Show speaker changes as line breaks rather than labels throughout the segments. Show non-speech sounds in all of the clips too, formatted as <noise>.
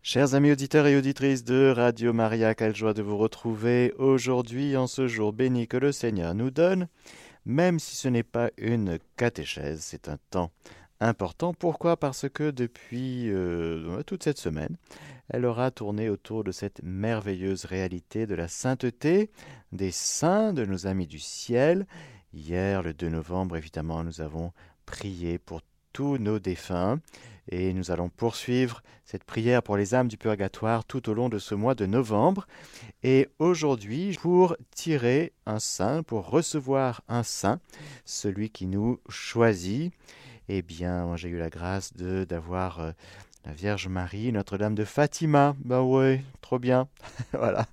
Chers amis auditeurs et auditrices de Radio Maria, quelle joie de vous retrouver aujourd'hui en ce jour béni que le Seigneur nous donne. Même si ce n'est pas une catéchèse, c'est un temps important. Pourquoi Parce que depuis euh, toute cette semaine, elle aura tourné autour de cette merveilleuse réalité de la sainteté des saints, de nos amis du ciel. Hier, le 2 novembre, évidemment, nous avons prié pour tous nos défunts et nous allons poursuivre cette prière pour les âmes du purgatoire tout au long de ce mois de novembre. Et aujourd'hui, pour tirer un saint, pour recevoir un saint, celui qui nous choisit, eh bien, moi j'ai eu la grâce de d'avoir euh, la Vierge Marie, Notre-Dame de Fatima. Bah ouais, trop bien. <laughs> voilà.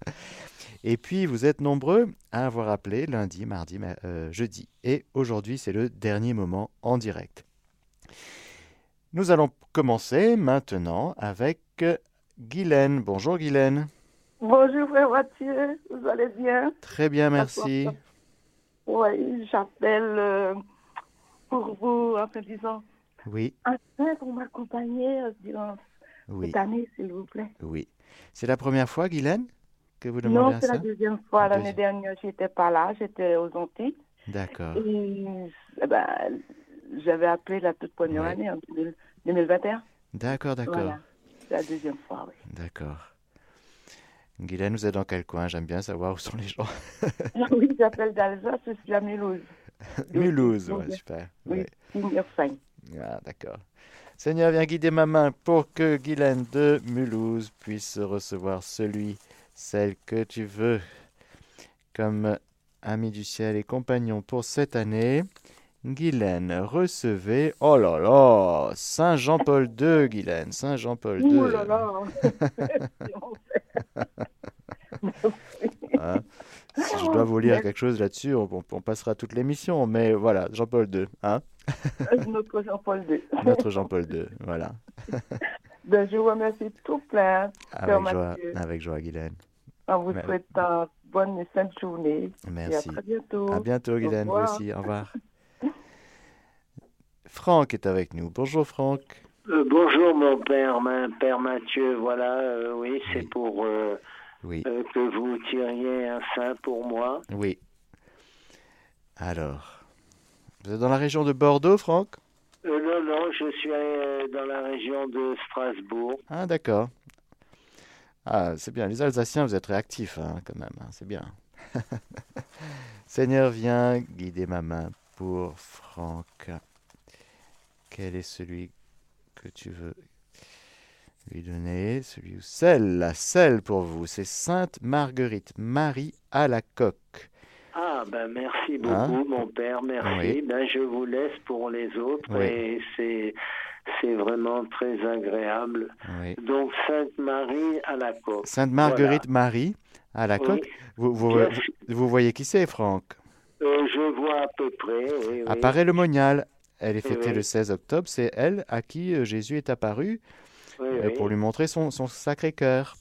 Et puis, vous êtes nombreux à avoir appelé lundi, mardi, euh, jeudi. Et aujourd'hui, c'est le dernier moment en direct. Nous allons commencer maintenant avec euh, Guylaine. Bonjour Guylaine.
Bonjour frère Mathieu, vous allez bien
Très bien, merci.
Oui, j'appelle euh, pour vous en me disant,
Oui,
afin pour m'accompagner euh, durant
oui,
cette année, s'il vous plaît.
oui. C'est la première fois, Guylaine, que vous demandez
Non,
un
c'est la
saint
deuxième fois.
La
L'année dernière, j'étais pas là, j'étais aux Antilles.
D'accord.
Et eh ben, j'avais appelé la toute première
Ouais.
année, en 2000 2021.
D'accord, d'accord,
Voilà, c'est la deuxième fois, oui. <laughs>
d'accord. Guylaine, vous êtes dans quel coin J'aime bien savoir où sont les gens.
oui, j'appelle d'Alsace, je suis à Mulhouse, Oui,
<laughs> Mulhouse,
oui,
ouais,
oui.
super.
Oui.
ouais. <laughs>
Signorfein.
Ah, d'accord. Seigneur, viens guider ma main pour que Guylaine de Mulhouse puisse recevoir celui, celle que tu veux. Comme ami du ciel et compagnon pour cette année, Guylaine recevez, oh là là, Saint Jean-Paul II, Guylaine, Saint Jean-Paul II.
Ouh là là
<laughs> hein. Si je dois vous lire quelque chose là-dessus, on, on- on passera toute l'émission, mais voilà, Jean-Paul II, hein,
Notre Jean-Paul II.
notre Jean-Paul II, voilà.
Donc, je vous remercie tout plein
Avec joie,
Mathieu.
avec joie, Guylaine.
en vous
Mais-
souhaitant bonne et sainte journée.
Merci.
Et à très bientôt.
À bientôt, Guylaine. Vous
revoir.
aussi. Au
<laughs>
revoir. Franck est avec nous. Bonjour, Franck.
Euh, bonjour mon père, ma- père Mathieu, voilà, euh, oui, c'est
Oui.
pour euh,
Oui,
euh, que vous tiriez un saint pour moi.
oui. Alors, vous êtes dans la région de Bordeaux, Franck
Euh, non, non, je suis euh, dans la région de Strasbourg.
Ah, d'accord. Ah, c'est bien. Les Alsaciens, vous êtes réactifs, hein, quand même. hein, C'est bien. <laughs> Seigneur, viens guider ma main pour Franck. Quel est celui que tu veux lui donner Celui ou celle La celle pour vous, c'est Sainte Marguerite, Marie à la coque.
Ah, ben merci beaucoup
Hein
mon père, merci.
Oui.
Ben, je vous laisse pour les autres
Oui.
et c'est, c'est vraiment très agréable.
Oui.
Donc Sainte Marie à la coque.
Sainte Marguerite, Marie à la coque.
Oui,
Vous, vous,
bien
vous-
sûr.
vous voyez qui c'est, Franck
Euh, je vois à peu près. oui,
À
oui.
le monial Elle est fêtée
Oui.
le 16 octobre. C'est elle à qui euh, Jésus est apparu
Oui,
euh,
oui.
pour lui montrer son, son sacré cœur.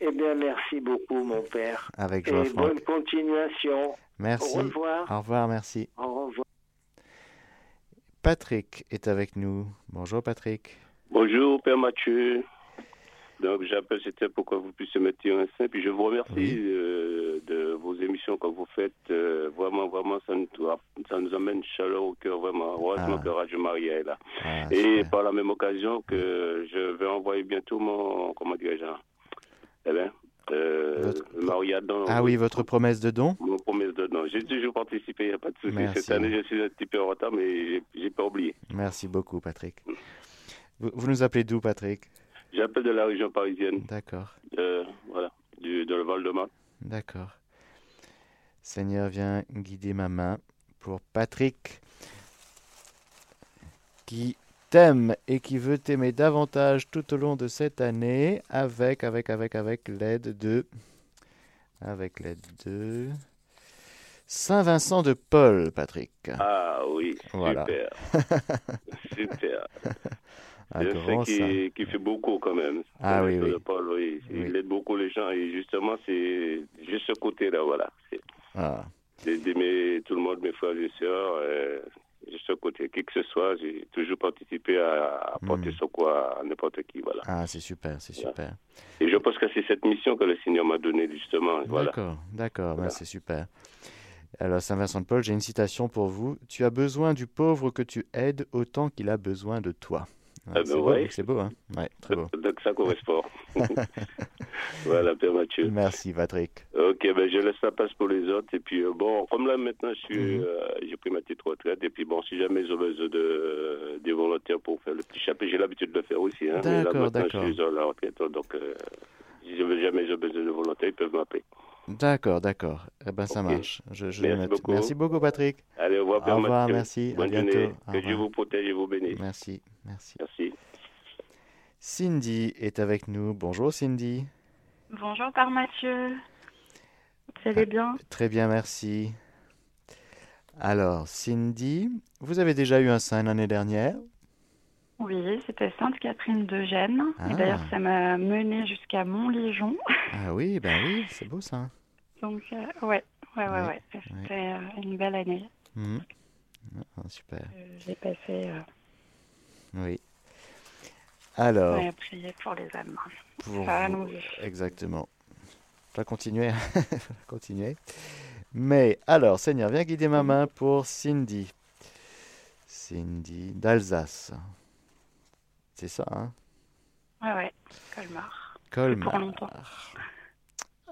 Eh bien merci beaucoup mon père.
Avec joie,
Et bonne
Franck.
continuation.
Merci.
Au revoir.
Au revoir, merci.
Au revoir.
Patrick est avec nous. Bonjour, Patrick.
Bonjour, Père Mathieu. Donc, j'appelle, c'était pour que vous puissiez me tirer un sein. Puis je vous remercie
Oui.
euh, de vos émissions que vous faites. Euh, vraiment, vraiment, ça nous, ça nous amène chaleur au cœur, vraiment. Heureusement
Ah.
que Radio Maria est là.
Ah,
Et
super.
par la même occasion que je vais envoyer bientôt mon, comment dirais-je, hein, eh bien, euh,
Votre-
Maria dans
Ah oui, votre promesse de don
mon promesse de don. J'ai toujours participé, il n'y a pas de souci.
Merci.
Cette année, je suis un petit peu en retard, mais j'ai- j'ai pas oublié.
Merci beaucoup, Patrick. Vous, vous nous appelez d'où, Patrick
J'appelle de la région parisienne.
D'accord,
Euh, voilà, du, de le Val-de-Marne.
d'accord. Seigneur, viens guider ma main pour Patrick, qui t'aime et qui veut t'aimer davantage tout au long de cette année, avec, avec, avec, avec l'aide de, avec l'aide de Saint Vincent de Paul, Patrick.
Ah oui,
Voilà. <laughs>
super. super.
Un
Je
grand
sais
saint.
qu'il qu'il fait beaucoup quand même.
Ah oui,
Le
oui.
Paul, oui. Il
Oui.
aide beaucoup les gens et justement, c'est juste ce côté-là, voilà. C'est
Ah,
c'est d'aimer tout le monde, mes frères et sœurs. euh, de ce côté, qui que ce soit, j'ai toujours participé à, à porter
Mm.
secours à n'importe qui. Voilà.
Ah, c'est super, c'est
Voilà.
super.
Et je pense que c'est cette mission que le Seigneur m'a donnée, justement. Voilà.
D'accord, d'accord, ben,
Voilà.
c'est super. Alors, Saint Vincent de Paul, j'ai une citation pour vous. Tu as besoin du pauvre que tu aides autant qu'il a besoin de toi. Ouais,
ben
c'est beau,
ouais.
c'est beau, hein Ouais, très
<laughs>
beau.
Donc ça correspond. <laughs> voilà, Père Mathieu.
Merci, Patrick.
Ok, ben je laisse la place pour les autres. Et puis, euh, bon, comme là maintenant, je suis,
Mhm.
euh, j'ai pris ma petite retraite. Et puis, bon, si jamais ils ont besoin de, des volontaires pour faire le petit chapelet, j'ai l'habitude de le faire aussi. Hein, Mais là,
D'accord,
maintenant,
d'accord.
Je suis à la retraite, donc euh, si jamais ils ont besoin de volontaires, ils peuvent m'appeler.
D'accord, d'accord. Eh ben, ça
Ok.
marche. Je, je le
Merci
note.
beaucoup.
Merci beaucoup, Patrick.
Allez, au revoir, Père
Au revoir,
Mathieu.
merci. À
Bonne
bientôt.
journée.
Au
Que Dieu
revoir.
vous protège et vous bénisse.
Merci, merci.
Merci.
Cindy est avec nous. Bonjour, Cindy.
Bonjour, Père Mathieu. Vous
Ah.
allez bien
Très bien, merci. Alors, Cindy, vous avez déjà eu un saint l'année dernière
Oui, c'était Sainte Catherine de Gênes.
Ah.
Et d'ailleurs, ça m'a menée jusqu'à Montlégion.
Ah oui, ben oui, c'est beau ça.
<laughs> Donc, euh, ouais, ouais, ouais,
Ouais,
ouais. C'était euh, une belle année.
Mhm. Ah, super,
Euh, J'ai passé euh,
oui. Alors,
ouais, à prier pour les âmes.
pour
ça,
vous-
non, oui.
exactement. Je vais <laughs> continuer, je vais continuer. Mais alors, Seigneur, viens guider ma main pour Cindy. Cindy d'Alsace. C'est ça, hein
Ouais, ouais, Colmar. Pour
Colmar.
longtemps.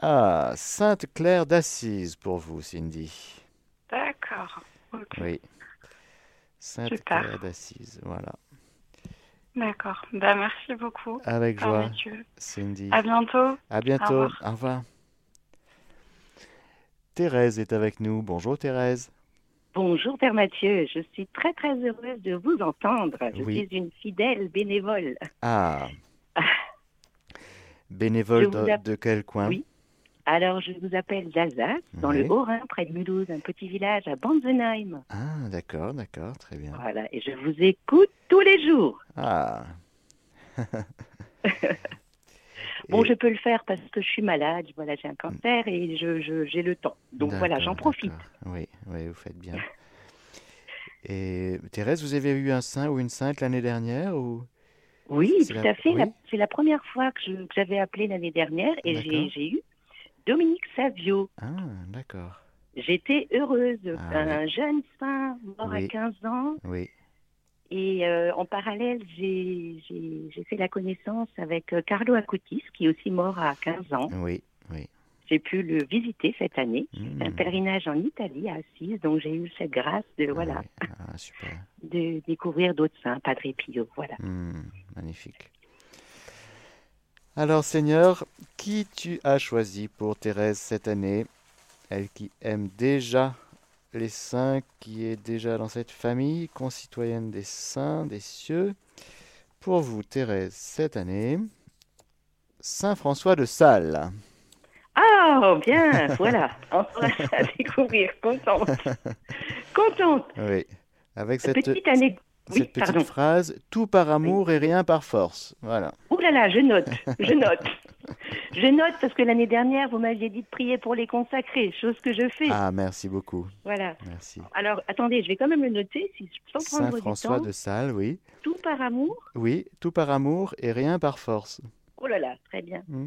Ah, Sainte-Claire d'Assise pour vous, Cindy.
D'accord. Ok.
Oui. Sainte-Claire d'Assise, voilà.
D'accord. Bah, merci beaucoup,
Avec
Ah,
Père
joie,
Mathieu.
Cindy.
À bientôt.
À bientôt.
revoir.
Au revoir. Thérèse est avec nous. Bonjour Thérèse.
Bonjour Père Mathieu, je suis très très heureuse de vous entendre. Je
Oui.
suis une fidèle bénévole. <laughs>
Ah. Bénévole
Je vous
de,
app-
de quel coin
Oui. Alors je vous appelle d'Alsace, dans
Oui.
le Haut-Rhin, près de Mulhouse, un petit village à Banzenheim.
Ah, d'accord, d'accord, très bien.
Voilà, et je vous écoute tous
<laughs>
les jours.
Ah.
Bon,
Et-
je peux le faire parce que je suis malade, voilà, j'ai un cancer et je, je- j'ai le temps. Donc voilà,
D'accord,
j'en profite.
d'accord. Oui, oui, vous faites bien. Et Thérèse, vous avez eu un saint ou une sainte l'année dernière ou
Oui,
C'est
tout
la-
à fait. la-
oui.
C'est la première fois que, je- que j'avais appelé l'année dernière et
D'accord.
j'ai, j'ai eu Dominique Savio.
Ah, d'accord.
J'étais heureuse.
Ah,
un jeune saint mort
Oui.
à 15 ans.
Oui.
Et euh, en parallèle, j'ai j'ai- j'ai fait la connaissance avec euh, Carlo Acutis, qui est aussi mort à 15 ans.
Oui.
J'ai pu le visiter cette année.
Hmm.
Un pèlerinage en Italie, à Assise, donc j'ai eu cette grâce de,
Ah
voilà,
oui. Ah, super.
de découvrir d'autres saints, Padre Pio, voilà.
Hmm, magnifique. Alors, Seigneur, qui tu as choisi pour Thérèse cette année Elle qui aime déjà les saints, qui est déjà dans cette famille, concitoyenne des saints, des cieux. Pour vous, Thérèse, cette année, Saint François de Sales.
Ah, bien, <laughs> voilà, enfin
<laughs>
à découvrir, contente, contente.
Oui. Avec cette,
Euh, Petite anecdote, oui,
cette petite
pardon.
phrase, tout par amour et rien par force. Voilà.
ouh là là, je note, je note. Je note parce que l'année dernière, vous m'aviez dit de prier pour les consacrés, chose que je fais,
Ah, merci beaucoup.
voilà.
Merci.
Alors, attendez, je vais quand même le noter, si je peux
Saint
prendre du
François
temps.
de Sales, oui.
Tout par amour.
Oui, tout par amour et rien par force.
Oh là là, très bien.
Mm.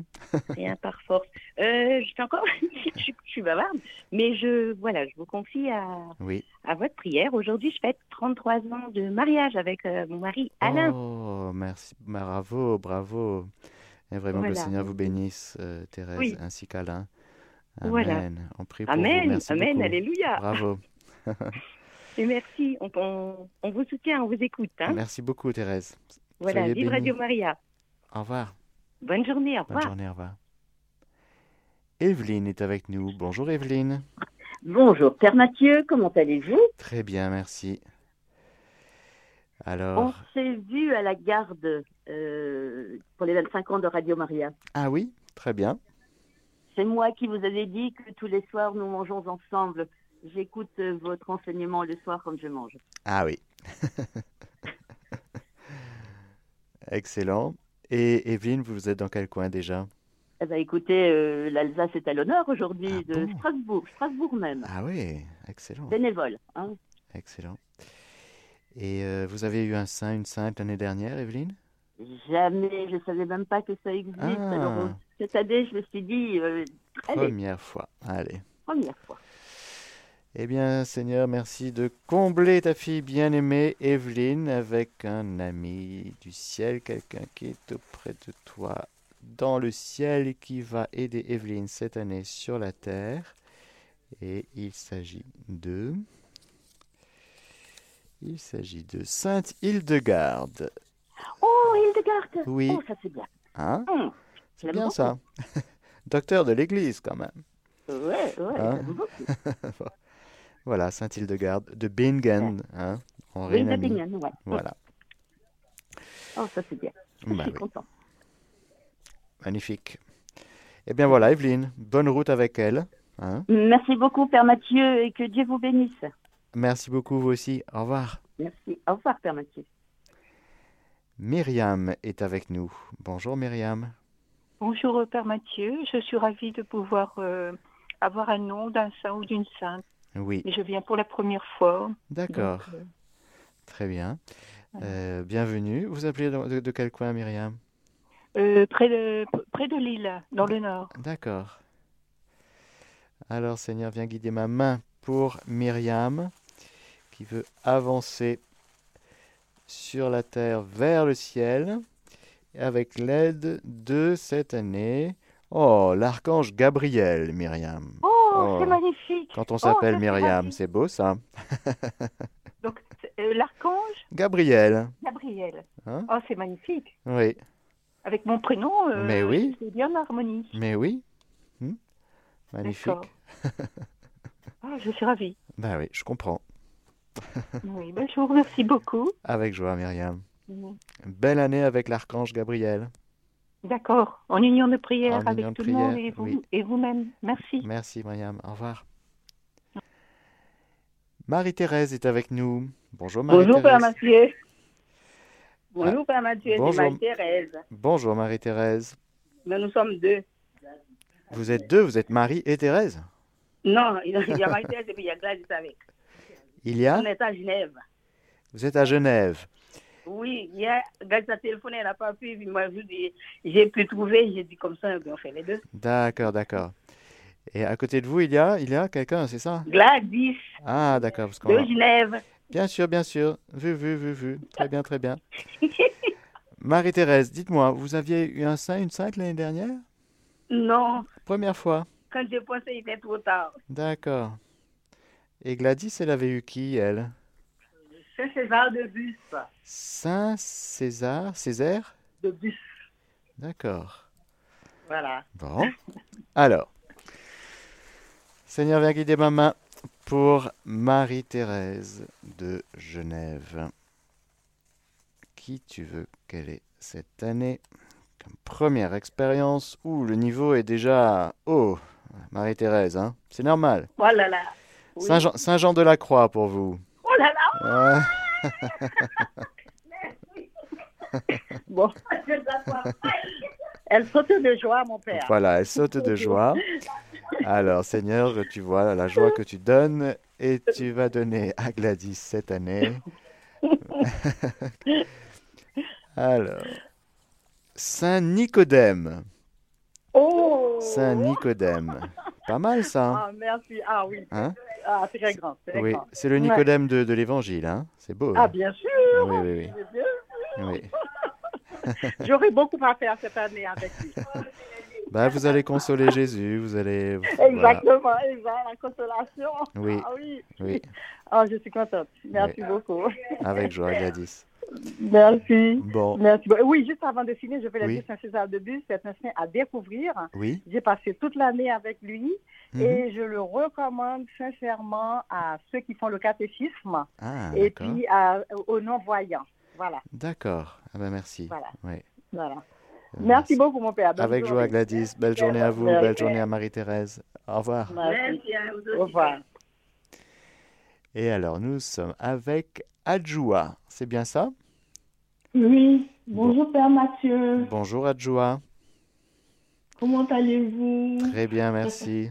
Rien par force. Euh, je suis encore, <laughs> je, suis- je suis bavarde, mais je, voilà, je vous confie à,
<laughs> Oui.
à votre prière. Aujourd'hui, je fête 33 ans de mariage avec euh, mon mari Alain.
Oh, merci. Bravo, bravo. Et vraiment que le
Voilà.
Seigneur vous bénisse, euh, Thérèse,
Oui.
ainsi qu'Alain. Amen.
Voilà.
On prie pour vous.
amen,
Merci
amen,
beaucoup.
alléluia.
Bravo.
Et merci, on, on- on vous soutient, on vous écoute. <laughs> hein.
Merci beaucoup, Thérèse.
Voilà,
soyez
vive
bénis.
Radio Maria.
Au revoir.
Bonne journée, au
Bonne
revoir.
journée, au revoir. Evelyne est avec nous. Bonjour, Evelyne.
Bonjour Père Mathieu, comment allez-vous
Très bien, merci.
On
Alors,
s'est vu à la garde euh, pour les 25 ans de Radio Maria.
ah oui, très bien.
C'est moi qui vous avais dit que tous les soirs nous mangeons ensemble. J'écoute euh, votre enseignement le soir quand je mange.
Ah oui. <laughs> Excellent. Et Evelyne, vous êtes dans quel coin déjà?
Eh ben, écoutez, euh, l'Alsace est à l'honneur aujourd'hui
Ah
de
bon
Strasbourg, Strasbourg même.
Ah oui, Ah excellent,
Bénévole. hein.
excellent. Et euh, vous avez eu un saint, une sainte l'année dernière, Evelyne
Jamais, je savais même pas que ça existe.
Ah.
Alors, euh, cette année, je me suis dit, euh, allez,
Première fois. Allez.
première fois.
Eh bien, Seigneur, merci de combler ta fille bien-aimée, Evelyne, avec un ami du ciel, quelqu'un qui est auprès de toi dans le ciel et qui va aider Evelyne cette année sur la terre. Et il s'agit de... Il s'agit de Sainte Hildegarde.
Oh, Hildegarde
Oui.
Oh, ça c'est bien.
Hein
Hum,
C'est
j'aime
bien
beaucoup.
ça. <laughs> Docteur de l'Église quand même.
Ouais, ouais,
Hein <laughs>
j'aime beaucoup.
Voilà, Sainte-Hildegarde de Bingen, hein, en
Oui,
Rhénanie.
Bingen, ouais.
Voilà,
Oh, ça c'est bien.
Bah
je suis
oui.
content.
magnifique. Eh bien voilà, Evelyne, bonne route avec elle. hein.
Merci beaucoup, Père Mathieu, et que Dieu vous bénisse.
Merci beaucoup, vous aussi. Au revoir.
Merci. Au revoir, Père Mathieu.
Myriam est avec nous. Bonjour, Myriam.
Bonjour, Père Mathieu. Je suis ravie de pouvoir euh, avoir un nom d'un saint ou d'une sainte.
Oui,
Et je viens pour la première fois.
d'accord.
Donc, euh,
Très bien. Euh, bienvenue. Vous appelez de, de- de quel coin, Myriam
euh, près, de, près de Lille, dans le nord.
D'accord. Alors, Seigneur, viens guider ma main pour Myriam, qui veut avancer sur la terre vers le ciel, avec l'aide de cette année. Oh, l'archange Gabriel, Myriam.
Oh,
Oh.
c'est magnifique. Oh,
Quand on
ça,
s'appelle
c'est
Myriam,
pratique.
c'est beau ça.
Donc, c'est, euh, l'archange
Gabriel,
Gabriel.
Hein
oh, c'est magnifique.
oui,
Avec mon prénom, euh,
Mais oui.
c'est bien en harmonie.
mais oui. Hmm. Magnifique. <laughs>
D'accord. Ah, je suis ravie.
Bah oui, je comprends.
Oui, ben, je vous remercie beaucoup.
Avec joie, Myriam.
Mm.
Belle année avec l'archange Gabriel.
D'accord. En union de prière
En
avec
union de
tout le monde
prière,
et, vous,
oui.
et vous-même. Merci.
Merci, Myriam. Au revoir. Marie-Thérèse est avec nous. Bonjour,
Bonjour, Père
Marie-Thérèse.
Mathieu. Bonjour, Père Mathieu,
Ah. Bonjour.
c'est Marie-Thérèse.
Bonjour, Marie-Thérèse.
Mais nous sommes deux.
Vous êtes deux, vous êtes Marie et Thérèse.
Non, il y a Marie-Thérèse et puis il y a Gladys avec.
Il y a,
On est à Genève.
vous êtes à Genève.
Oui, hier, Gladys a téléphoné, elle n'a pas pu. puis Moi, je lui dis, j'ai pu trouver, j'ai dit comme ça, on fait les deux.
D'accord, d'accord. Et à côté de vous, il y a, il y a quelqu'un, c'est ça
Gladys
Ah, d'accord, parce qu'on
de Genève.
Bien sûr, bien sûr. Vu, vu, vu, vu. Très bien, très bien. Marie-Thérèse, dites-moi, vous aviez eu un saint, une sainte l'année dernière
Non,
Première fois.
quand j'ai pensé, il était trop tard.
D'accord. Et Gladys, elle avait eu qui, elle
C'est César de Bus.
Saint César Césaire
De Bus,
D'accord.
voilà.
Bon. Alors, Seigneur, viens guider ma main pour Marie-Thérèse de Genève. Qui tu veux qu'elle ait cette année comme première expérience où le niveau est déjà haut Marie-Thérèse, hein c'est normal.
Oh là là. Oui.
Saint-Jean de la Croix pour vous.
Oh là là,
Ah, <laughs>
Bon. Elle saute de joie, mon père.
Voilà, elle saute de joie. Alors, Seigneur, tu vois la joie que tu donnes et tu vas donner à Gladys cette
<laughs>
année. Alors, Saint Nicodème.
Oh
Saint Nicodème. Pas mal ça.
Ah, merci. Ah oui.
Hein
Ah, très grand. Très
Oui,
grand.
c'est le Nicodème de, de l'Évangile. Hein c'est beau.
Ah,
hein
bien sûr.
oui, oui,
bien sûr.
oui, oui. <laughs>
J'aurais beaucoup à faire cette année avec lui.
Bah, vous allez consoler Jésus. Vous
<laughs>
allez. <laughs> voilà.
Exactement. Exact. La consolation.
Oui.
Ah oui.
Oui,
<laughs> Ah, je suis contente. Merci beaucoup.
<laughs> avec joie, Gladys.
Merci.
Bon,
Merci. beaucoup. Oui, juste avant de finir, je vais la
Oui.
dire Saint-César de Bus. C'est un saint à découvrir.
oui.
J'ai passé toute l'année avec lui
mhm.
et je le recommande sincèrement à ceux qui font le catéchisme.
Ah,
et
d'accord.
puis à- aux non-voyants. Voilà,
D'accord. Ah ben merci.
voilà.
Ouais.
voilà.
Euh,
<laughs> Merci beaucoup, mon père. Bonne
Avec joie,
journée.
Gladys. Belle journée à vous.
Merci.
Belle journée à Marie-Thérèse. Au revoir.
Merci. Au revoir.
Et alors, nous sommes avec Adjoua. C'est bien ça
Oui, bonjour Père Mathieu,
Bonjour, Adjoua.
comment allez-vous
Très bien, merci.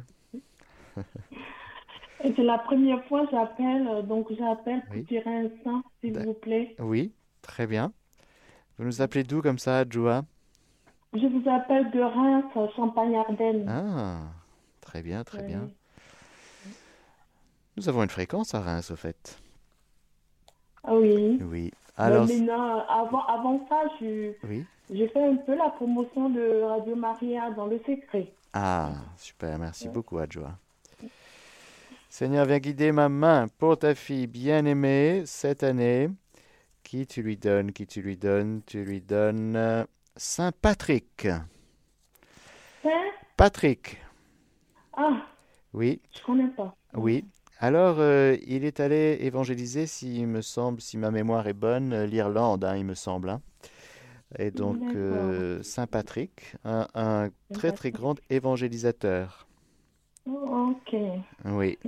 Et c'est la première fois que j'appelle, euh, donc j'appelle pour
Oui.
tirer un sang, s'il
D'ac-
vous plaît.
<laughs> Oui, très bien. Vous nous appelez d'où comme ça, Joa
Je vous appelle de Reims, euh, Champagne-Ardenne.
Ah, très bien, très
Oui.
bien. Nous avons une fréquence à Reims, au fait.
Ah Oui.
Oui.
Alors...
Alors,
Mais non, avant, avant ça, je,
oui.
j'ai fait un peu la promotion de Radio Maria dans le secret.
Ah, super, merci beaucoup, Adjoa. Seigneur, viens guider ma main pour ta fille bien-aimée cette année. Qui tu lui donnes, qui tu lui donnes, tu lui donnes euh, Saint Patrick.
Hein
Patrick,
Ah,
oui,
je connais pas.
oui. Alors, euh, il est allé évangéliser, s'il me semble, si ma mémoire est bonne, euh, l'Irlande, hein, il me semble. hein. Et donc,
D'accord.
euh, Saint Patrick, un, un très très grand évangélisateur.
Oh, ok. <laughs>
Oui.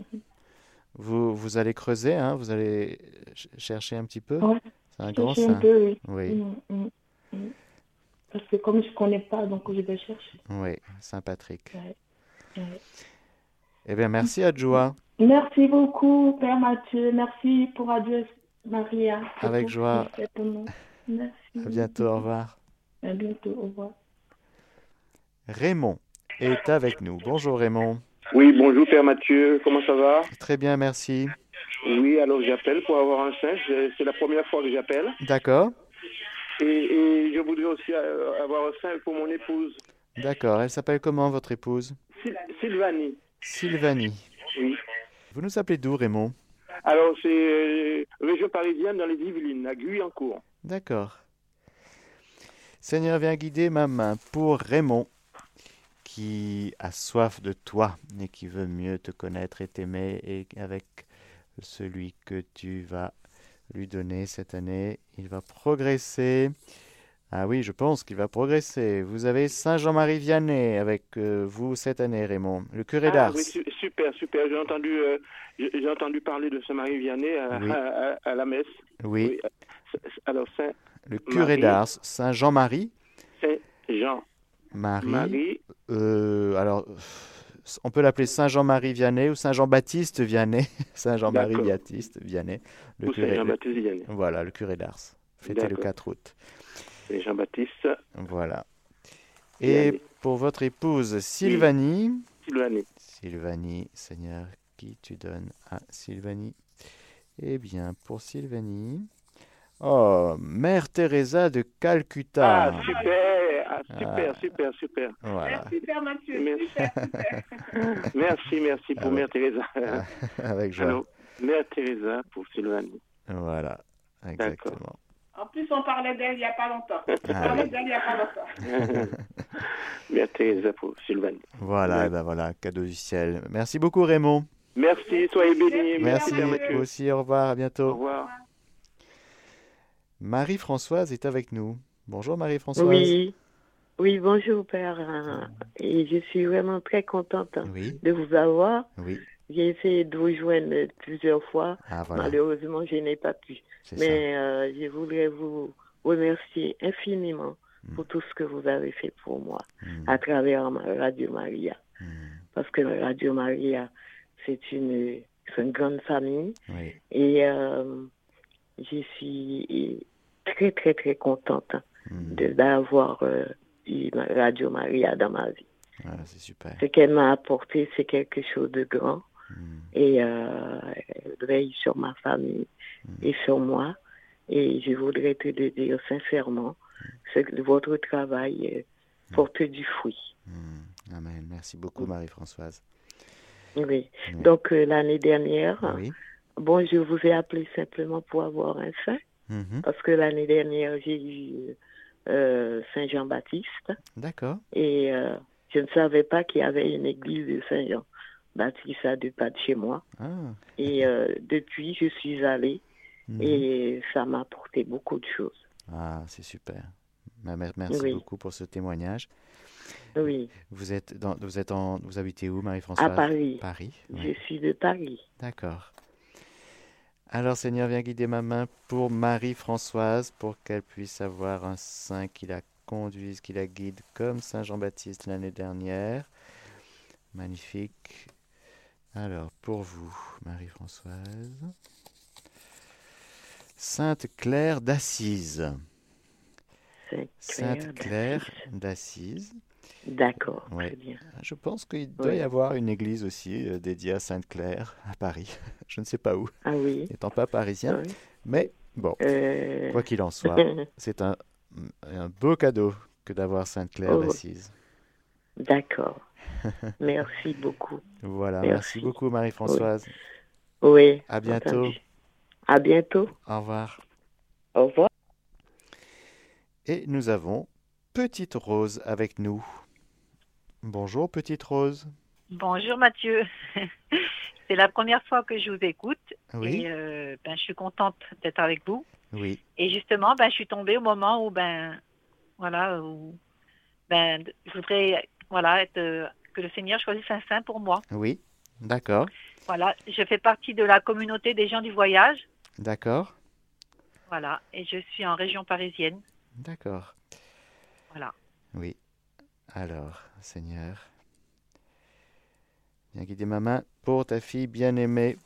Vous, vous allez creuser, hein, vous allez ch- chercher un petit peu.
Ouais.
C'est un
Je
grand
sais un
saint.
peu, oui.
Oui,
Mm, mm, mm. Parce que comme je connais pas, donc je vais chercher.
oui, Saint Patrick.
Mm. Ouais. Ouais. Mm.
Eh bien, merci Adjoa.
Merci beaucoup, Père Mathieu. Merci pour Adieu Maria. C'est
Avec
tout ce
joie.
que je fais pour nous. Merci.
À bientôt, au revoir.
À bientôt. Au revoir.
Raymond est avec nous. Bonjour Raymond.
Oui, bonjour Père Mathieu, comment ça va
Très bien, merci.
Oui, alors j'appelle pour avoir un singe, C'est- c'est la première fois que j'appelle.
D'accord,
Et, et je voudrais aussi euh, avoir un singe pour mon épouse,
d'accord. Elle s'appelle comment votre épouse?
Syl- Sylvanie.
Sylvanie.
Oui.
Vous nous appelez d'où Raymond?
Alors c'est euh, région parisienne dans les Yvelines, à Guyancourt.
D'accord. Seigneur, viens guider ma main pour Raymond, qui a soif de toi et qui veut mieux te connaître et t'aimer, et avec celui que tu vas lui donner cette année, il va progresser. Ah oui, je pense qu'il va progresser. Vous avez Saint Jean-Marie Vianney avec euh, vous cette année, Raymond, le curé
Ah,
d'Ars.
oui, su- super, super. J'ai entendu, euh, j'ai j'ai entendu parler de Saint-Marie Vianney à,
Oui.
à- à- à la messe.
Oui,
oui. S- Alors Saint-
le curé
Marie.
d'Ars, Saint Jean-Marie,
Saint-Jean,
Marie,
Marie,
Euh, alors, pff, on peut l'appeler Saint Jean-Marie Vianney ou Saint Jean-Baptiste Vianney. <laughs> Saint Jean-Marie
D'accord.
Baptiste Vianney, le
ou
curé, le-
Saint-Jean-Baptiste Vianney.
voilà, le curé d'Ars, fêté le
D'accord.
4 août.
Et Jean-Baptiste
Voilà.
Vianney.
Et pour votre épouse Sylvanie,
Sylvanie.
Sylvanie, Seigneur, qui tu donnes à Sylvanie Eh bien, pour Sylvanie, oh, Mère Teresa de Calcutta.
Ah, super, ah, super,
Ah.
super, super.
Voilà,
Père Mathieu.
Merci, <laughs> merci, merci
Ah
pour
ouais.
Mère Teresa.
Ah, <laughs> avec joie.
Alors, Mère Teresa pour
<laughs>
Sylvanie.
Voilà,
D'accord.
exactement.
En plus, on parlait d'elle il n'y a pas longtemps.
Ah oui.
d'elle il n'y a pas longtemps.
Mère Teresa pour Sylvanie.
Voilà,
Ouais.
eh ben voilà, cadeau du ciel. Merci beaucoup Raymond.
Merci, soyez bénis.
Merci,
Père
vous
Mathieu.
aussi, au revoir, à bientôt.
Au revoir.
Marie-Françoise est avec nous. Bonjour Marie-Françoise.
Oui, oui, bonjour père. Euh, Et je suis vraiment très contente hein,
Oui,
de vous avoir.
oui.
J'ai essayé de vous joindre plusieurs fois.
Ah voilà,
Malheureusement, je n'ai pas pu.
c'est ça.
Mais euh, je voudrais vous remercier infiniment
Mm.
pour tout ce que vous avez fait pour moi
Mm,
à travers ma Radio Maria.
mm,
Parce que Radio Maria, c'est une, c'est une grande famille.
Oui,
Et euh, je suis très, très, très contente
mm.
de- d'avoir euh, eu ma- Radio Maria dans ma vie.
Voilà, Ah, c'est super.
Ce qu'elle m'a apporté, c'est quelque chose de grand
Mm,
et euh, elle veille sur ma famille et sur moi. Et je voudrais te le dire sincèrement, c'est que votre travail euh, porte du fruit.
mm. Amen. Merci beaucoup Marie-Françoise.
Oui.
Oui.
Donc euh, l'année dernière,
Oui.
bon, je vous ai appelé simplement pour avoir un saint,
Mhm.
parce que l'année dernière, j'ai eu euh, Saint Jean-Baptiste.
D'accord.
Et euh, je ne savais pas qu'il y avait une église de Saint-Jean, baptiste à deux pas de chez moi.
Ah.
Et euh, depuis, je suis allée
mhm.
et ça m'a apporté beaucoup de choses.
Ah, c'est super. Ma mère, merci
Oui.
beaucoup pour ce témoignage.
Oui,
Vous êtes dans, vous êtes en, vous habitez où
à
Marie-Françoise?
Paris.
Paris. oui.
Je suis
<laughs>
de Paris.
D'accord. Alors Seigneur, viens guider ma main pour Marie-Françoise, pour qu'elle puisse avoir un saint qui la conduise, qui la guide, comme Saint Jean-Baptiste l'année dernière. Magnifique. Alors, pour vous, Marie-Françoise. Sainte Claire d'Assise.
Sainte Claire.
Sainte Claire d'Assise.
D'accord,
Ouais.
très bien.
Je pense qu'il doit y
Oui.
avoir une église aussi euh, dédiée à Sainte Claire à Paris. <laughs> Je ne sais pas où,
Ah oui.
n'étant pas parisien.
oui.
Mais bon,
Euh,
quoi qu'il en
<laughs>
soit, c'est un, un beau cadeau que d'avoir Sainte Claire
Oh.
d'Assise.
D'accord. Merci beaucoup.
Voilà, merci,
Merci.
beaucoup Marie-Françoise.
Oui.
À bientôt.
entendu. À bientôt.
Au revoir.
Au revoir.
Et nous avons Petite Rose avec nous. Bonjour Petite Rose.
Bonjour Mathieu. <laughs> C'est la première fois que je vous écoute
Oui,
et euh, ben, je suis contente d'être avec vous.
oui,
Et justement, ben, je suis tombée au moment où ben voilà où ben d- je voudrais voilà être, euh, que le Seigneur choisisse un saint pour moi.
oui. D'accord,
Voilà, je fais partie de la communauté des gens du voyage.
d'accord,
Voilà, et je suis en région parisienne.
d'accord.
Voilà.
Oui. Alors, Seigneur, viens guider ma main pour ta fille bien-aimée.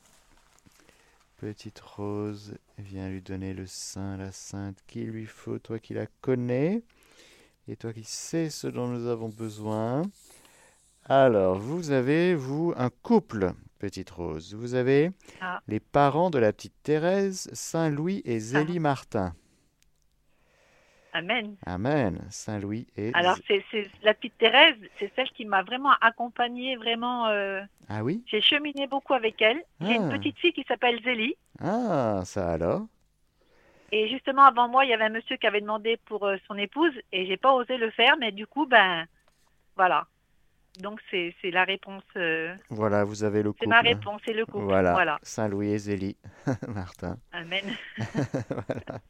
Petite Rose, viens lui donner le sein, la sainte qu'il lui faut, toi qui la connais, et toi qui sais ce dont nous avons besoin. Alors, vous avez, vous, un couple, Petite Rose. Vous avez
Ah.
les parents de la petite Thérèse, Saint Louis et Zélie Martin.
Amen.
Amen. Saint Louis et...
Alors c'est c'est la petite Thérèse, c'est celle qui m'a vraiment accompagnée, vraiment. euh,
Ah oui
J'ai cheminé beaucoup avec elle. J'ai une
Ah.
petite fille qui s'appelle Zélie.
Ah, ça alors
Et justement, avant moi, il y avait un monsieur qui avait demandé pour euh, son épouse et j'ai pas osé le faire, mais du coup, ben, voilà. Donc, c'est c'est la réponse. euh,
Voilà, vous avez le
c'est
couple.
ma réponse, c'est le couple.
Voilà. Saint-Louis et Zélie. <laughs> Martin.
Amen.
<laughs> Voilà.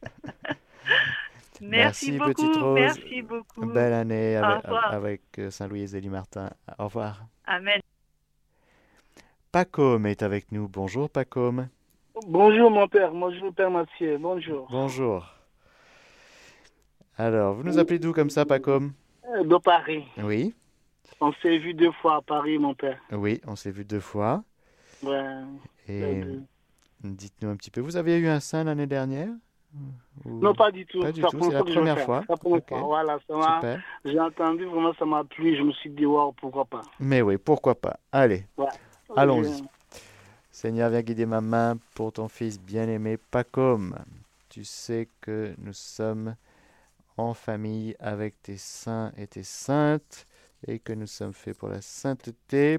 Merci,
Merci, beaucoup.
petite Rose.
Merci beaucoup.
Belle année
Au
avec,
revoir.
avec, euh, Saint-Louis et Zélie Martin. Au revoir.
Amen.
Pacôme est avec nous. Bonjour, Pacôme.
Bonjour mon père, bonjour père Mathieu, bonjour.
Bonjour. Alors, vous nous appelez d'où comme ça, Pacôme
Euh, De Paris,
Oui,
on s'est vu deux fois à Paris mon père.
oui, on s'est vu deux fois.
Ouais,
Et
euh,
dites-nous un petit peu, vous avez eu un saint l'année dernière Ou-
Non pas du tout,
Pas du
Ça
tout,
prend
c'est la
que je le
première
fais.
fois.
Ça prend
Ok.
pas. Voilà, ça m'a-
Super.
j'ai entendu vraiment ça m'a plu, je me suis dit waouh pourquoi pas.
Mais oui, pourquoi pas. Allez, Allons-y.
Euh,
Seigneur, viens guider ma main pour ton Fils bien-aimé, Pacôme. Tu sais que nous sommes en famille avec tes saints et tes saintes et que nous sommes faits pour la sainteté.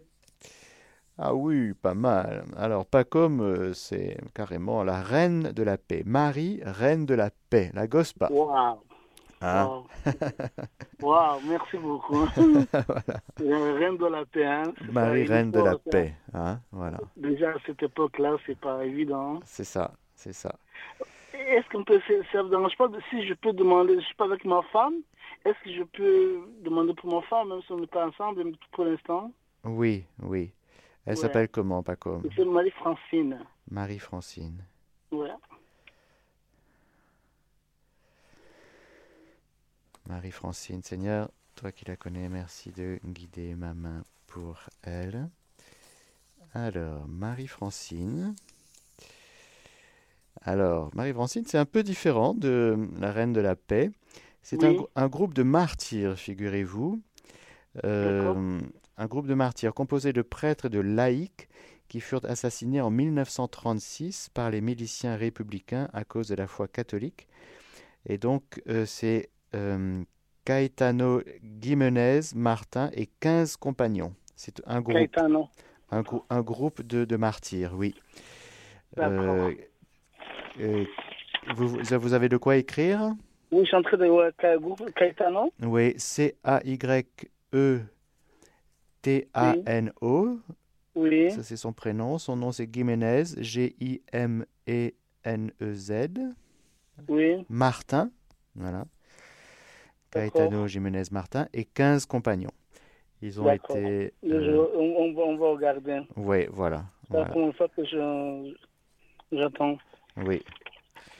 Ah oui, pas mal. Alors, Pacôme, euh, c'est carrément la reine de la paix. Marie, reine de la paix, la gospa.
Waouh,
hein. <laughs>
waouh. Waouh, merci beaucoup. Euh, Reine de la paix. hein. C'est
Marie,
pas
reine de la
évident, ça.
paix. hein, Voilà,
Déjà à cette époque-là, c'est pas évident.
c'est ça, c'est ça.
Est-ce qu'on peut, ça- ça vous dérange pas de- si je peux demander, je suis pas avec ma femme, est-ce que je peux demander pour ma femme, même si on n'est pas ensemble mais pour l'instant
Oui, oui. Elle
Ouais.
s'appelle comment, Pacôme
C'est Marie-Francine.
Marie-Francine.
Ouais.
Marie-Francine, Seigneur, toi qui la connais, merci de guider ma main pour elle. Alors, Marie-Francine. Alors, Marie-Francine, c'est un peu différent de la Reine de la Paix. C'est un,
Oui.
grou- un groupe de martyrs, figurez-vous. Euh, un groupe de martyrs composé de prêtres et de laïcs qui furent assassinés en 1936 par les miliciens républicains à cause de la foi catholique. Et donc, euh, c'est euh, Caetano Guimenez, Martin et 15 compagnons. C'est un groupe,
Caetano.
un, grou- un groupe de, de martyrs, oui.
D'accord.
Euh, euh, vous, vous vous avez de quoi écrire
Oui, je suis en train de voir Ca- Google, Caetano.
Oui, C-A-Y-E-T-A-N-O.
Oui.
Ça, c'est son prénom. Son nom, c'est Guimenez, E G-I-M-E-N-E-Z.
Oui.
Martin, voilà.
D'accord.
Caetano Jiménez Martin et 15 compagnons. Ils ont
D'accord.
été.
Je- on, on va, on va regarder.
Oui, voilà.
C'est la
voilà,
première fois que je- j'attends.
Oui.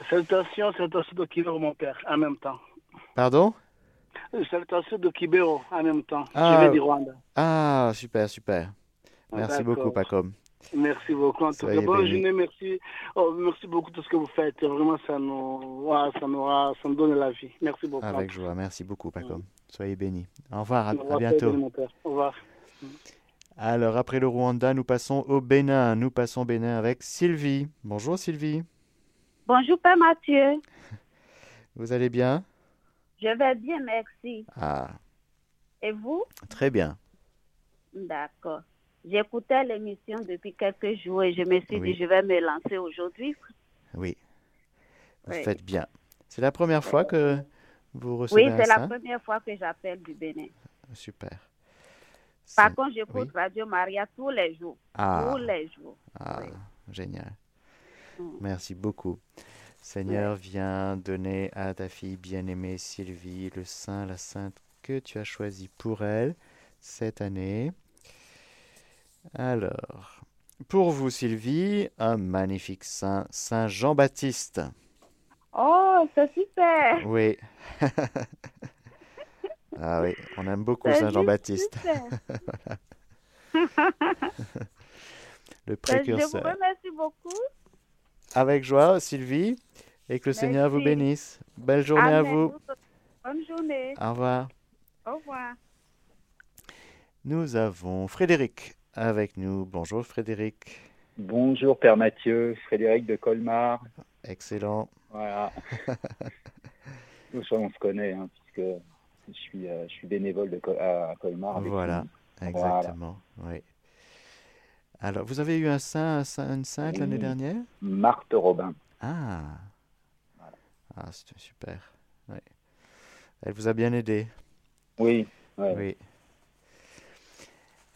Salutations, salutations de Kibero, mon père, en même temps.
Pardon
Salutations de Kibero, en même temps.
Ah.
Je vais du Rwanda.
Ah, super, super. Merci beaucoup,
D'accord.
Pacom.
Merci beaucoup. En tout
Soyez
cas, bonne
bénis.
journée. Merci. Oh, merci beaucoup de ce que vous faites. Vraiment, ça nous, ouais, ça nous, ra- ça nous donne la vie. Merci beaucoup.
Avec joie. Merci
Mm.
beaucoup, Pacom. Soyez bénis. Au revoir, à,
Au
à
revoir,
bientôt.
mon père. Au revoir.
Alors, après le Rwanda, nous passons au Bénin. Nous passons au Bénin avec Sylvie. Bonjour, Sylvie.
Bonjour, Père Mathieu.
Vous allez bien
Je vais bien, merci.
Ah,
Et vous?
très bien.
D'accord. J'écoutais l'émission depuis quelques jours et je me suis
Oui.
dit, je vais me lancer aujourd'hui.
Oui. Vous
Oui.
faites bien. C'est la première fois que vous recevez
Oui,
un
c'est la
saint
première fois que j'appelle du Bénin.
Super.
Par contre, j'écoute
oui.
Radio Maria tous les jours.
Ah.
Tous les jours.
Ah, génial.
Mm.
Merci beaucoup. Seigneur, viens donner à ta fille bien-aimée Sylvie le saint, la sainte que tu as choisi pour elle cette année. Alors, pour vous Sylvie, un magnifique saint, Saint
<laughs>
Jean-Baptiste.
Oh, c'est super.
Oui. <laughs> ah oui, on aime beaucoup
C'est
Saint
juste
Jean-Baptiste. <laughs>
super.
Voilà.
<laughs>
Le
Ben, Je vous
précurseur.
remercie beaucoup.
Avec joie, Sylvie, et que le Seigneur vous
Merci.
bénisse. Belle journée à
Amen.
vous.
Bonne journée.
Au revoir.
Au revoir.
Nous avons Frédéric avec nous. Bonjour Frédéric.
Bonjour Père Mathieu, Frédéric de Colmar.
Excellent. <laughs>
Voilà. Nous, ça, on se connaît, hein, puisque je suis, euh, je suis bénévole de Col- à Colmar. avec
Voilà,
vous. Voilà.
exactement. Oui. Alors, vous avez eu un saint, un saint- une sainte l'année
Oui.
dernière
Marthe Robin.
Ah. Ah, c'était super. Ouais. Elle vous a bien aidé.
Oui.
Oui.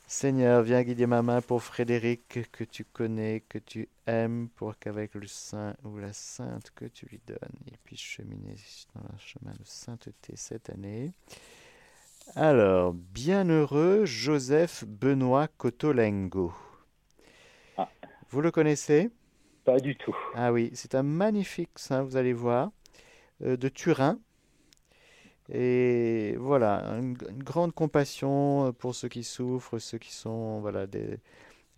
Seigneur, viens guider ma main pour Frédéric que tu connais, que tu aimes, pour qu'avec le saint ou la sainte que tu lui donnes, il puisse cheminer dans un chemin de sainteté cette année. Alors, bienheureux Joseph Benoît Cotolengo. Vous le connaissez
Pas du tout.
Ah oui, c'est un magnifique saint, vous allez voir, euh, de Turin. Et voilà, une, une grande compassion euh, pour ceux qui souffrent, ceux qui sont voilà, des-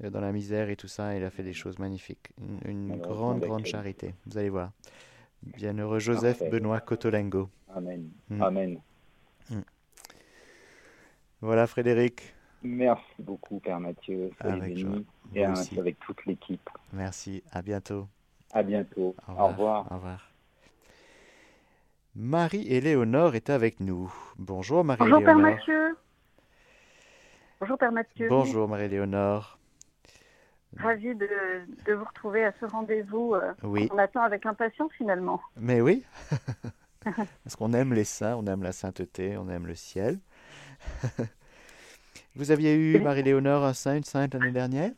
euh, dans la misère et tout ça. Il a fait des choses magnifiques. Une, une
Alors,
grande,
avec,
grande
euh,
charité. Vous allez voir. Bienheureux Joseph
Parfait.
Benoît Cotolengo.
Amen.
Mm.
Amen.
Voilà, Frédéric.
Merci beaucoup Père Mathieu, soyez
Avec
bénis.
joie.
et
Vous
hein,
aussi.
avec toute l'équipe.
Merci. À bientôt.
À bientôt.
Au revoir. Au revoir. Marie-Éléonore est avec nous. Bonjour,
Bonjour Père
Marie-Éléonore.
Mathieu. Bonjour Père Mathieu.
Bonjour, Marie-Éléonore.
Ravi de, de vous retrouver à ce rendez-vous. euh,
Oui.
qu'on attend avec impatience finalement.
Mais
<laughs>
oui, parce qu'on aime les saints, on aime la sainteté, on aime le ciel. <laughs> Vous aviez eu, Marie-Léonore, un saint, une sainte l'année dernière?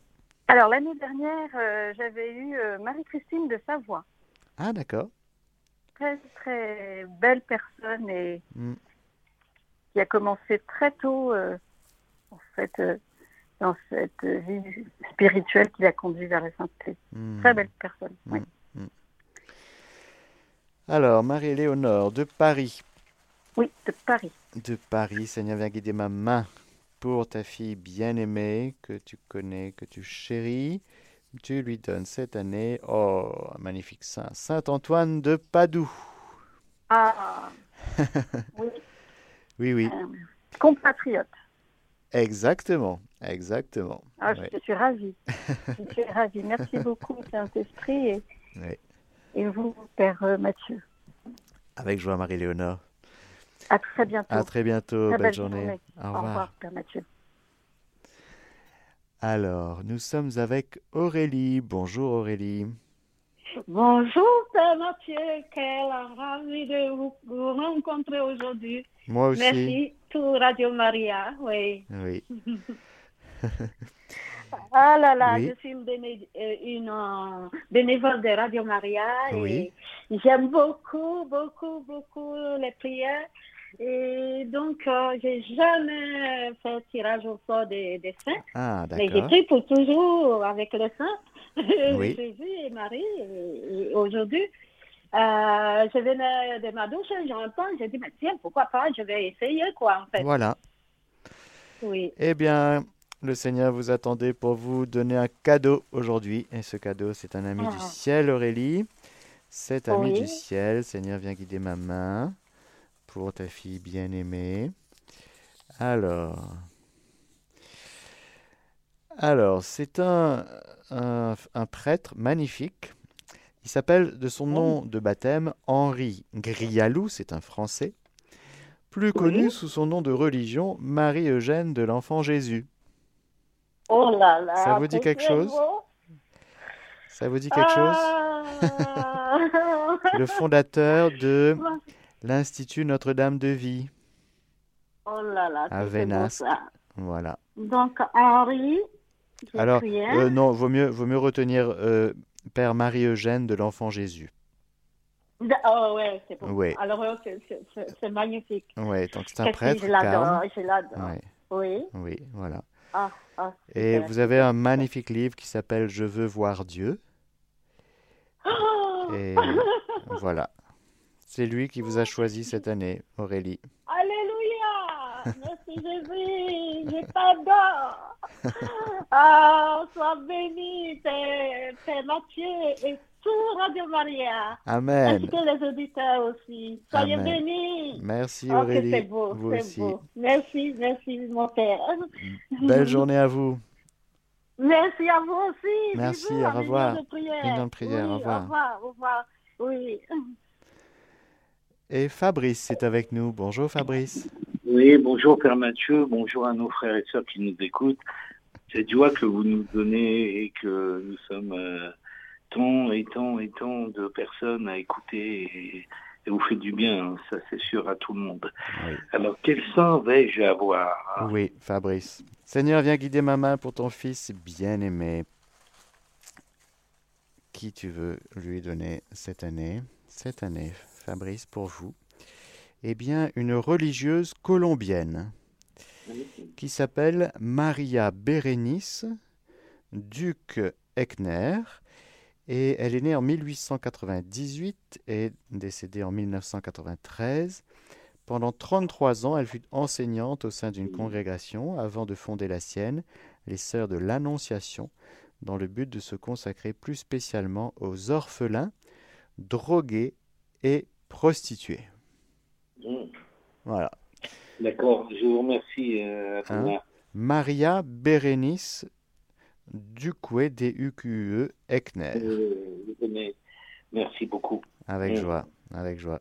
Alors l'année dernière, euh, j'avais eu euh, Marie-Christine de Savoie.
Ah, d'accord.
Très très belle personne et
Mm.
qui a commencé très tôt euh, <laughs> en fait, euh, dans cette euh, vie spirituelle qui l'a conduit vers la sainteté.
Mm.
Très belle personne. oui.
Alors, Marie-Léonore, de Paris.
Oui, de Paris.
De Paris, Seigneur, viens guider ma main pour ta fille bien-aimée que tu connais, que tu chéris. Tu lui donnes cette année, oh, un magnifique saint, Saint Antoine de Padoue.
Ah, oui,
Oui, oui,
euh, compatriote.
exactement, exactement.
Ah, je
Ouais,
suis ravie. Je suis ravie. Merci beaucoup, Saint-Esprit, et,
ouais.
et vous, Père euh, Mathieu.
Avec joie, Marie-Léonore.
À très bientôt.
À très bientôt.
Très
Belle journée. Au revoir.
Père Mathieu.
Alors, nous sommes avec Aurélie. Bonjour Aurélie.
Bonjour Père Mathieu, quelle ravie de vous, vous rencontrer aujourd'hui.
Moi aussi.
Merci pour Radio Maria, oui.
Oui.
Ah là là,
Oui.
je suis une, béné- euh, une, euh, bénévole de Radio Maria et
Oui.
j'aime beaucoup, beaucoup, beaucoup les prières. Et donc, euh, j'ai jamais fait tirage au sort des, des saints.
Ah,
Mais j'ai
d'accord.
pris pour toujours avec le <laughs> saint,
Oui.
Jésus et Marie. Et, et aujourd'hui, euh, je venais de ma douche, j'entends, j'ai dit, mais tiens, pourquoi pas, je vais essayer, quoi, en fait.
Voilà.
Oui.
Eh bien, Le Seigneur vous attendait pour vous donner un cadeau aujourd'hui. Et ce cadeau, c'est un ami
Ah.
du ciel, Aurélie. Cet ami
Oui.
du ciel, Seigneur, viens guider ma main pour ta fille bien-aimée. Alors, alors c'est un, un, un prêtre magnifique. Il s'appelle de son nom de baptême Henri Grialou, c'est un Français, plus connu sous son nom de religion Marie-Eugène de l'Enfant Jésus.
Oh là là.
Ça vous dit
c'est
quelque
très
chose
beau.
Ça vous dit quelque
Ah.
chose
<laughs>
Le fondateur de l'Institut Notre-Dame de Vie
Oh là
à
là. c'est très beau,
Vénas.
ça.
Voilà.
Donc, Henri. j'ai
Alors,
prié.
euh, non, vaut mieux, vaut mieux retenir euh, Père Marie-Eugène de l'Enfant Jésus.
D- Oh ouais, c'est bon.
Ouais.
Alors, euh, c'est- c'est- c'est c'est magnifique.
Ouais, donc c'est un
Qu'est-ce que
prêtre
Je l'adore,
carme.
je l'adore.
Ouais.
Oui.
Oui, voilà.
Ah, ah,
Et
super.
vous avez un magnifique livre qui s'appelle Je veux voir Dieu.
Oh <laughs>
Et voilà. C'est lui qui vous a choisi cette année, Aurélie.
Alléluia Merci Jésus, je t'adore. Ah, sois béni, Père Père Mathieu et tout Radio Maria.
Amen.
<laughs> Ainsi que les auditeurs aussi. Soyez
Amen.
bénis.
Merci,
Oh, que
Aurélie.
c'est beau,
Vous
c'est
aussi.
beau. Merci, merci mon Père.
Belle journée à vous.
Merci à vous aussi.
Merci,
Bisous, à
au revoir.
l'union de prière.
L'union de prière,
Oui,
au revoir.
Au revoir, au revoir. Oui.
Et Fabrice est avec nous. Bonjour, Fabrice.
Oui, bonjour Père Mathieu, bonjour à nos frères et sœurs qui nous écoutent. Cette joie que vous nous donnez et que nous sommes euh, tant et tant et tant de personnes à écouter et, et vous faites du bien, hein, ça c'est sûr à tout le monde. Alors quel saint vais-je avoir
Oui, Fabrice. Seigneur, viens guider ma main pour ton fils bien-aimé. Qui tu veux lui donner cette année Cette année, Fabrice, pour vous. Eh bien, une religieuse colombienne qui s'appelle Maria Bérénice Duc Eckner. Et elle est née en 1898 et décédée en 1993. Pendant 33 ans, elle fut enseignante au sein d'une congrégation avant de fonder la sienne, les Sœurs de l'Annonciation, dans le but de se consacrer plus spécialement aux orphelins, drogués et prostitués.
Mmh,
Voilà.
D'accord, je vous remercie. euh,
Hein.
Thomas.
Maria Bérénice Duque, D-U-Q-U-E, E, Eckner.
Euh, je connais. Merci beaucoup.
Avec
Mmh.
joie, avec joie.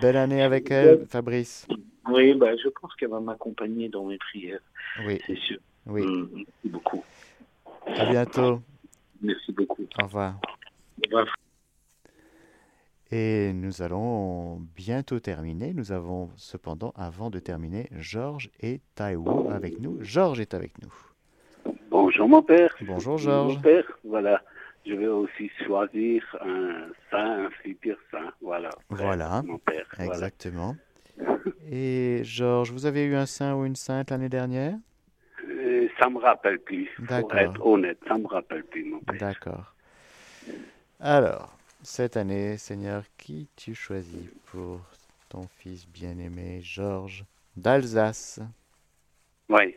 Belle année avec elle, Fabrice.
Oui, bah, je pense qu'elle va m'accompagner dans mes prières.
Oui.
C'est sûr.
Oui.
Mmh, merci beaucoup.
À bientôt.
Merci beaucoup.
Au revoir.
Au revoir.
Et nous allons bientôt terminer. Nous avons cependant, avant de terminer, Georges et Taïwo avec nous. Georges est avec nous.
Bonjour mon père.
Bonjour Georges.
Mon père, voilà. Je vais aussi choisir un saint, un futur saint. Voilà.
Voilà,
Mon père. voilà.
exactement. Et Georges, vous avez eu un saint ou une sainte l'année dernière
Euh, ça me rappelle plus. Pour
D'accord.
être honnête, ça me rappelle plus mon père.
D'accord. Alors, cette année, Seigneur, qui tu choisis pour ton fils bien-aimé, Georges, d'Alsace
Oui.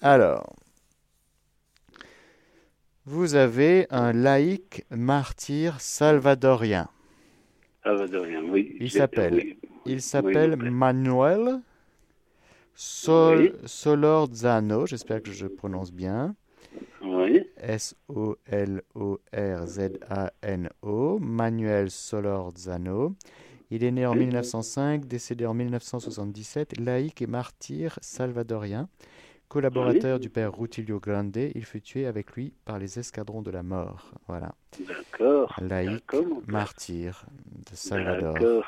Alors, vous avez un laïc martyr salvadorien.
Ça va de rien, oui.
Il
J'ai-
s'appelle,
oui.
il s'appelle Manuel Sol, Solorzano, j'espère que je prononce bien.
Oui.
S-O-L-O-R-Z-A-N-O, Manuel Solorzano. Il est né en 1905, décédé en 1977, laïque et martyr salvadorien. Collaborateur du père Rutilio Grande, il fut tué avec lui par les escadrons de la mort. Voilà.
D'accord.
Laïque,
D'accord, mon père.
martyr de Salvador.
D'accord.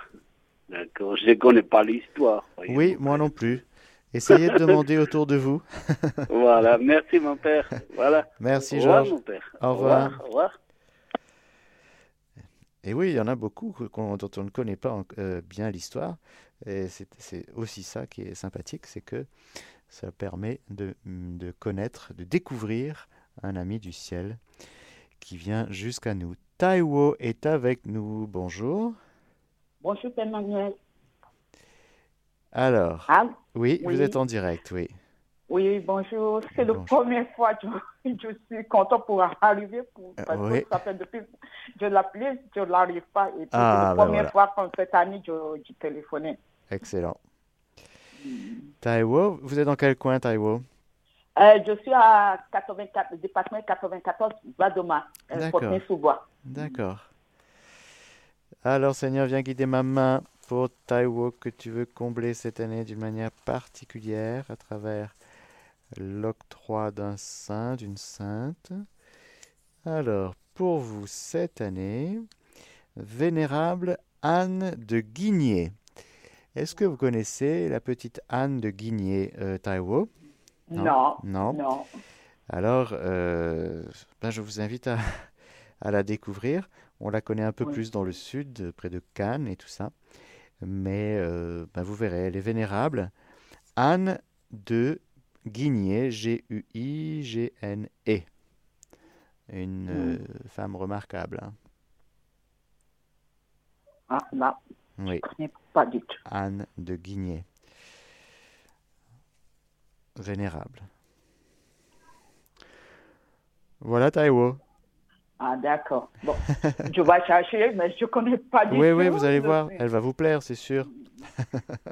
D'accord. Je ne connais pas l'histoire.
<laughs>
voyez.
Oui, moi non plus. Essayez de demander autour de vous. <laughs>
Voilà. Merci mon père. Voilà.
Merci,
Au revoir,
Georges.
mon père.
Au revoir.
Au revoir.
Et oui, il y en a beaucoup que- qu'on- dont on ne connaît pas en- euh, bien l'histoire. Et c'est c'est aussi ça qui est sympathique, c'est que ça permet de, de connaître, de découvrir un ami du ciel qui vient jusqu'à nous. Taiwo est avec nous. Bonjour.
Bonjour, Père Manuel.
Alors,
Ah,
oui,
oui.
vous êtes en direct, oui.
Oui, bonjour. C'est la première fois que je, je suis content pour arriver. Pour, parce que
Euh, Oui.
ça fait depuis je l'appelais, je n'arrive pas. Et puis,
Ah,
c'est la
ben
première
voilà.
fois qu'en cette année, je, je téléphonais.
Excellent. Taiwo, vous êtes dans quel coin, Taiwo
Euh, je suis à 84, département 94, Vadoma,
D'accord.
Fontenay-sous-Bois.
D'accord. Alors, Seigneur, viens guider ma main pour Taiwo que tu veux combler cette année d'une manière particulière à travers l'octroi d'un saint, d'une sainte. Alors, pour vous cette année, Vénérable Anne de Guigné. Est-ce que vous connaissez la petite Anne de Guigné, euh, Taiwo
Non,
Non.
non.
Alors, euh, ben, je vous invite à, à la découvrir. On la connaît un peu
Oui.
plus dans le sud, euh, près de Cannes et tout ça. Mais euh, ben, vous verrez, elle est vénérable. Anne de Guigné, G-U-I-G-N-E. E. Une
Mm.
euh, femme remarquable. hein.
Ah, là,
Oui.
pas du tout.
Anne de Guigné. Vénérable. Voilà Taïwo.
ah d'accord. Bon, je vais chercher, mais je ne connais pas du tout.
Oui, oui, vous allez
Je-
voir, elle va vous plaire, c'est sûr.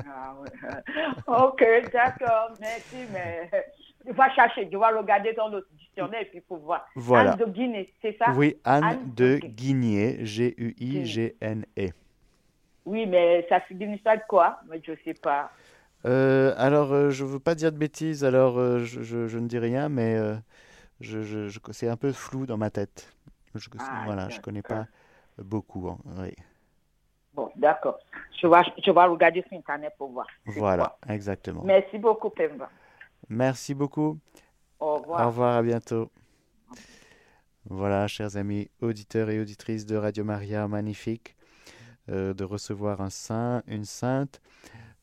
Ah, ouais. <laughs> Ok, d'accord, merci, mais je vais chercher, je vais regarder dans le dictionnaire et puis pour voir.
Voilà.
Anne de Guinée, c'est ça
Oui, Anne, de
Guinée.
Guigné, G-U-I-G-N-E.
Oui, mais ça signifie ça quoi Mais je ne sais pas.
Euh, alors, euh, je veux pas dire de bêtises, alors euh, je, je- je ne dis rien, mais euh, je, je- je- c'est un peu flou dans ma tête. Je, voilà, je connais pas beaucoup. hein, oui.
Bon, d'accord. Je vais, je vais regarder sur Internet pour voir.
Voilà, exactement.
Merci beaucoup, Pemba.
Merci beaucoup.
Au revoir.
Au revoir, à bientôt. Voilà, chers amis auditeurs et auditrices de Radio Maria, magnifique euh, de recevoir un saint, une sainte.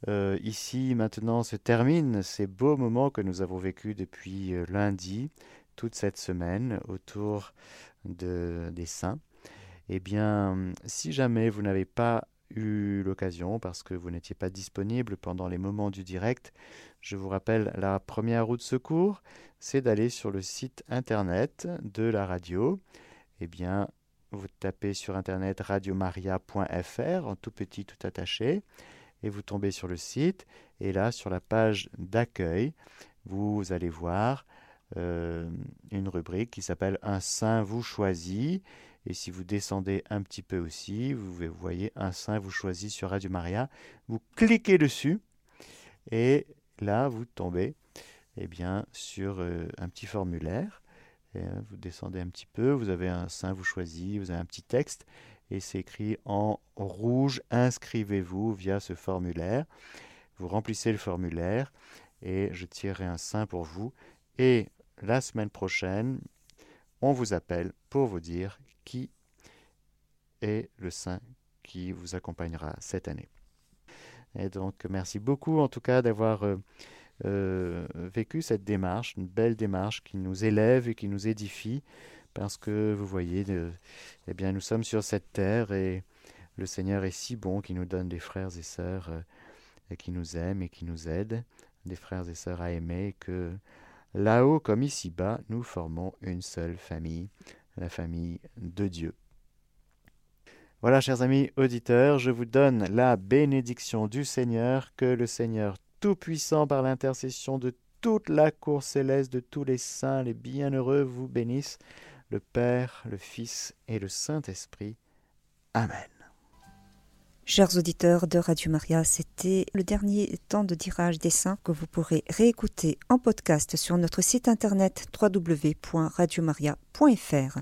Euh, ici, maintenant, se terminent ces beaux moments que nous avons vécus depuis euh, lundi, toute cette semaine, autour de, des saints. Eh bien, si jamais vous n'avez pas eu l'occasion, parce que vous n'étiez pas disponible pendant les moments du direct, je vous rappelle la première roue de secours, c'est d'aller sur le site internet de la radio. Eh bien, vous tapez sur internet radiomaria.fr en tout petit, tout attaché, et vous tombez sur le site. Et là, sur la page d'accueil, vous allez voir euh, une rubrique qui s'appelle Un saint vous choisit. Et si vous descendez un petit peu aussi, vous voyez Un saint vous choisit sur Radio Maria. Vous cliquez dessus et là, vous tombez eh bien, sur euh, un petit formulaire. Et, euh, vous descendez un petit peu, vous avez un saint, vous choisit, vous avez un petit texte, et c'est écrit en rouge, inscrivez-vous via ce formulaire. Vous remplissez le formulaire, et je tirerai un saint pour vous. Et la semaine prochaine, on vous appelle pour vous dire qui est le saint qui vous accompagnera cette année. Et donc, merci beaucoup en tout cas d'avoir euh, euh, vécu cette démarche, une belle démarche qui nous élève et qui nous édifie, parce que vous voyez, de- eh bien, nous sommes sur cette terre et le Seigneur est si bon qu'il nous donne des frères et sœurs euh, et qui nous aiment et qui nous aident, des frères et sœurs à aimer, et que là-haut comme ici-bas, nous formons une seule famille, la famille de Dieu. Voilà, chers amis auditeurs, je vous donne la bénédiction du Seigneur, que le Seigneur Tout-Puissant, par l'intercession de toute la cour céleste, de tous les saints, les bienheureux, vous bénisse, le Père, le Fils et le Saint-Esprit. Amen.
Chers auditeurs de Radio Maria, c'était le dernier temps de tirage des saints que vous pourrez réécouter en podcast sur notre site internet www.radiomaria.fr.